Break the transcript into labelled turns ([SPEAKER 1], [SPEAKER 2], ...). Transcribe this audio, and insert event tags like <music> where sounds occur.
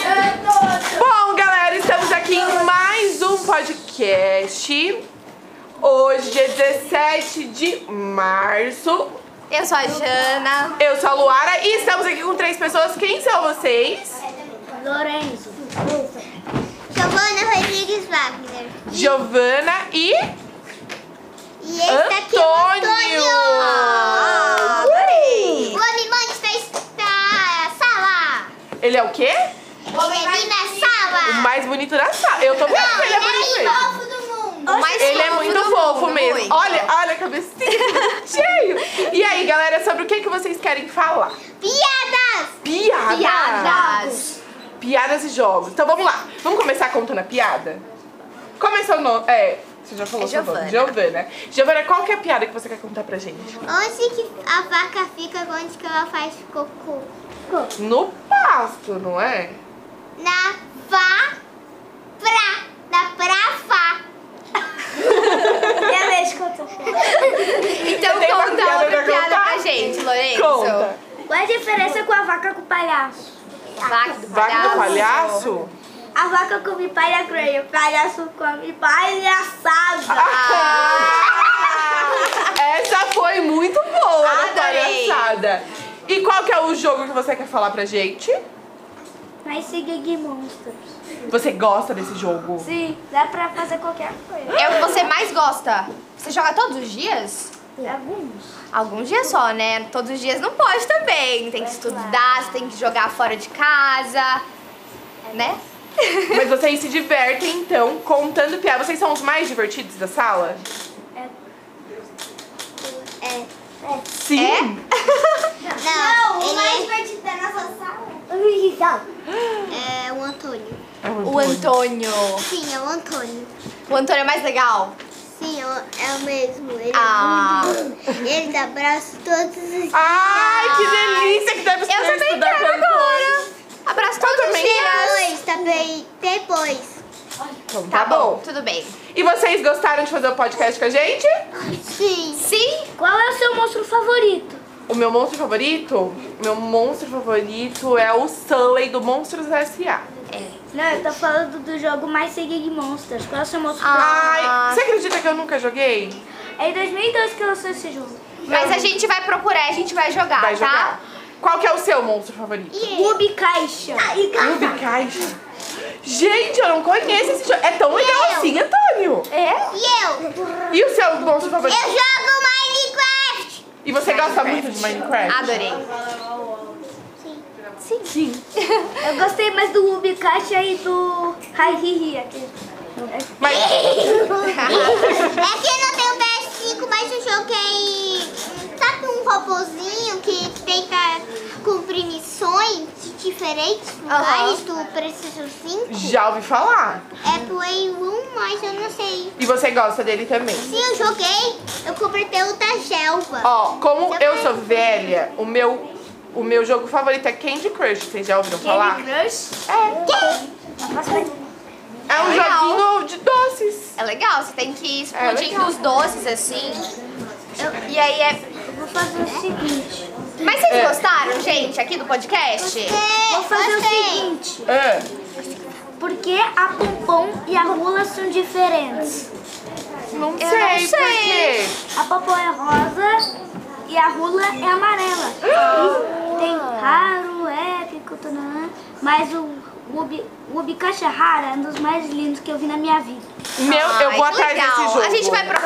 [SPEAKER 1] Bom, galera, estamos aqui em mais um podcast. Hoje, dia 17 de março.
[SPEAKER 2] Eu sou a Jana.
[SPEAKER 1] Eu sou a Luara e estamos aqui com três pessoas. Quem são vocês?
[SPEAKER 3] Lourenço. Giovana Rodrigues Wagner.
[SPEAKER 1] Giovana e
[SPEAKER 3] E esse aqui é o
[SPEAKER 1] Antônio!
[SPEAKER 2] Ah,
[SPEAKER 1] Uhul!
[SPEAKER 3] O homem monstro está na sala.
[SPEAKER 1] Ele é o quê?
[SPEAKER 3] Ele é ali na
[SPEAKER 1] O
[SPEAKER 3] sala.
[SPEAKER 1] mais bonito da sala. Eu tô vendo que ele é bonito
[SPEAKER 3] ele é
[SPEAKER 1] mesmo.
[SPEAKER 3] novo do mundo.
[SPEAKER 2] O mais
[SPEAKER 1] Ele é
[SPEAKER 2] fofo
[SPEAKER 1] muito
[SPEAKER 2] do
[SPEAKER 1] fofo
[SPEAKER 2] mundo,
[SPEAKER 1] mesmo.
[SPEAKER 2] muito.
[SPEAKER 1] Olha, olha a cabecinha. <laughs> Cheio. E aí, galera, sobre o que, que vocês querem falar?
[SPEAKER 3] Piadas.
[SPEAKER 1] Piada.
[SPEAKER 2] Piadas.
[SPEAKER 1] Piadas e jogos. Então vamos lá. Vamos começar contando a piada? Como é seu nome? É, você já falou
[SPEAKER 2] É
[SPEAKER 1] seu nome.
[SPEAKER 2] Giovana.
[SPEAKER 1] Giovana. Giovana, qual que é a piada que você quer contar pra gente?
[SPEAKER 3] Onde que a vaca fica onde que ela faz cocô?
[SPEAKER 1] No pasto, não é?
[SPEAKER 3] Na vá pra. Na prava. Minha vez
[SPEAKER 2] Então
[SPEAKER 1] Tem uma
[SPEAKER 2] conta
[SPEAKER 1] piada
[SPEAKER 2] outra
[SPEAKER 1] pra
[SPEAKER 2] piada
[SPEAKER 1] contar?
[SPEAKER 2] pra gente, Lourenço.
[SPEAKER 1] Conta.
[SPEAKER 3] Qual a diferença com a vaca com o palhaço?
[SPEAKER 2] Vaca do
[SPEAKER 1] Vaca do
[SPEAKER 2] palhaço.
[SPEAKER 1] palhaço?
[SPEAKER 3] A vaca come palha creio, palhaço come palhaçada.
[SPEAKER 2] Ah,
[SPEAKER 1] Essa foi muito boa, né,
[SPEAKER 2] Adorei.
[SPEAKER 1] palhaçada. E qual que é o jogo que você quer falar pra gente?
[SPEAKER 3] Vai ser Gig Monsters.
[SPEAKER 1] Você gosta desse jogo?
[SPEAKER 3] Sim, dá pra fazer qualquer coisa.
[SPEAKER 2] é o que você mais gosta? Você joga todos os dias?
[SPEAKER 3] Alguns.
[SPEAKER 2] Alguns dias só, né? Todos os dias não pode também. Tem que estudar, você tem que jogar fora de casa, né?
[SPEAKER 1] Mas vocês se divertem, então, contando piada. Vocês são os mais divertidos da sala?
[SPEAKER 3] É.
[SPEAKER 1] Sim.
[SPEAKER 2] É?
[SPEAKER 3] Não, é- o mais divertido da nossa sala. É o Antônio.
[SPEAKER 1] É um
[SPEAKER 2] O Antônio.
[SPEAKER 3] Sim, é o Antônio.
[SPEAKER 2] O Antônio é mais legal?
[SPEAKER 3] Sim, é o- é o mesmo. Ele,
[SPEAKER 2] Ah.
[SPEAKER 3] ele dá abraço todos os
[SPEAKER 1] Ai, que delícia que deve ser
[SPEAKER 2] Eu também quero
[SPEAKER 1] estudar com Antônio.
[SPEAKER 2] agora. Abraço todos os
[SPEAKER 1] também
[SPEAKER 2] dias.
[SPEAKER 3] Depois, também. Depois.
[SPEAKER 1] Então,
[SPEAKER 2] Tá bom, tudo bem.
[SPEAKER 1] E vocês gostaram de fazer o podcast com a gente?
[SPEAKER 3] Sim.
[SPEAKER 2] Sim,
[SPEAKER 3] Qual é o seu monstro favorito?
[SPEAKER 1] O meu monstro favorito? Meu monstro favorito é o Sully do Monstros S.A.
[SPEAKER 4] Não, eu tô falando do jogo Mais Seguir Monsters. Qual é o seu monstro?
[SPEAKER 1] Ai, você acredita que eu nunca joguei?
[SPEAKER 4] É em 2002 que lançou esse jogo.
[SPEAKER 2] Mas a gente vai procurar, a gente vai jogar,
[SPEAKER 1] Vai
[SPEAKER 2] tá?
[SPEAKER 1] jogar. Qual que é o seu monstro favorito?
[SPEAKER 4] Ubi Caixa.
[SPEAKER 1] Clube Caixa. Gente, eu não conheço esse jogo. É tão legal assim, Antônio.
[SPEAKER 2] É?
[SPEAKER 3] E eu?
[SPEAKER 1] E o seu monstro
[SPEAKER 3] Eu
[SPEAKER 1] favorito?
[SPEAKER 3] jogo Minecraft!
[SPEAKER 1] E você gosta muito de Minecraft?
[SPEAKER 2] Adorei.
[SPEAKER 4] <laughs> Eu gostei mais do Ubi Caixa e do Hi Hi Hi. aquele.
[SPEAKER 1] Mas
[SPEAKER 3] É que eu não tenho PS5, mas eu joguei. hum, Sabe um robozinho que tenta cumprir missões de diferentes lugares do Preciso 5?
[SPEAKER 1] já ouvi falar.
[SPEAKER 3] É Play 1, mas eu não sei.
[SPEAKER 1] E você gosta dele também.
[SPEAKER 3] Se eu joguei, eu completei o da Gelva.
[SPEAKER 1] Ó, como eu sou velha, o meu, o meu jogo favorito é Candy Crush. Vocês já ouviram falar?
[SPEAKER 4] Candy Crush.
[SPEAKER 1] É um
[SPEAKER 2] Legal.
[SPEAKER 1] joguinho de doces.
[SPEAKER 2] É legal, você tem que ir
[SPEAKER 1] É
[SPEAKER 2] explodindo
[SPEAKER 1] legal.
[SPEAKER 2] os doces assim. Eu- E aí é.
[SPEAKER 4] Eu vou fazer o seguinte.
[SPEAKER 2] Mas vocês
[SPEAKER 1] É.
[SPEAKER 2] gostaram, gente, aqui do podcast?
[SPEAKER 3] É,
[SPEAKER 4] Vou fazer o
[SPEAKER 3] gostei.
[SPEAKER 4] seguinte.
[SPEAKER 1] Ah,
[SPEAKER 4] Por que a Pompom e a Rula são diferentes?
[SPEAKER 1] não
[SPEAKER 2] Eu
[SPEAKER 1] sei,
[SPEAKER 2] não
[SPEAKER 1] por
[SPEAKER 2] sei.
[SPEAKER 1] quê.
[SPEAKER 4] A Pompom é rosa e a Rula é amarela. Tem raro, épico, tananã. Mas o Ubi, Ubi Caixa Rara é um dos mais lindos que eu vi na minha vida.
[SPEAKER 1] Meu, eu
[SPEAKER 2] Ai,
[SPEAKER 1] vou
[SPEAKER 2] que
[SPEAKER 1] atrás
[SPEAKER 2] legal.
[SPEAKER 1] desse jogo.
[SPEAKER 2] A gente vai Então é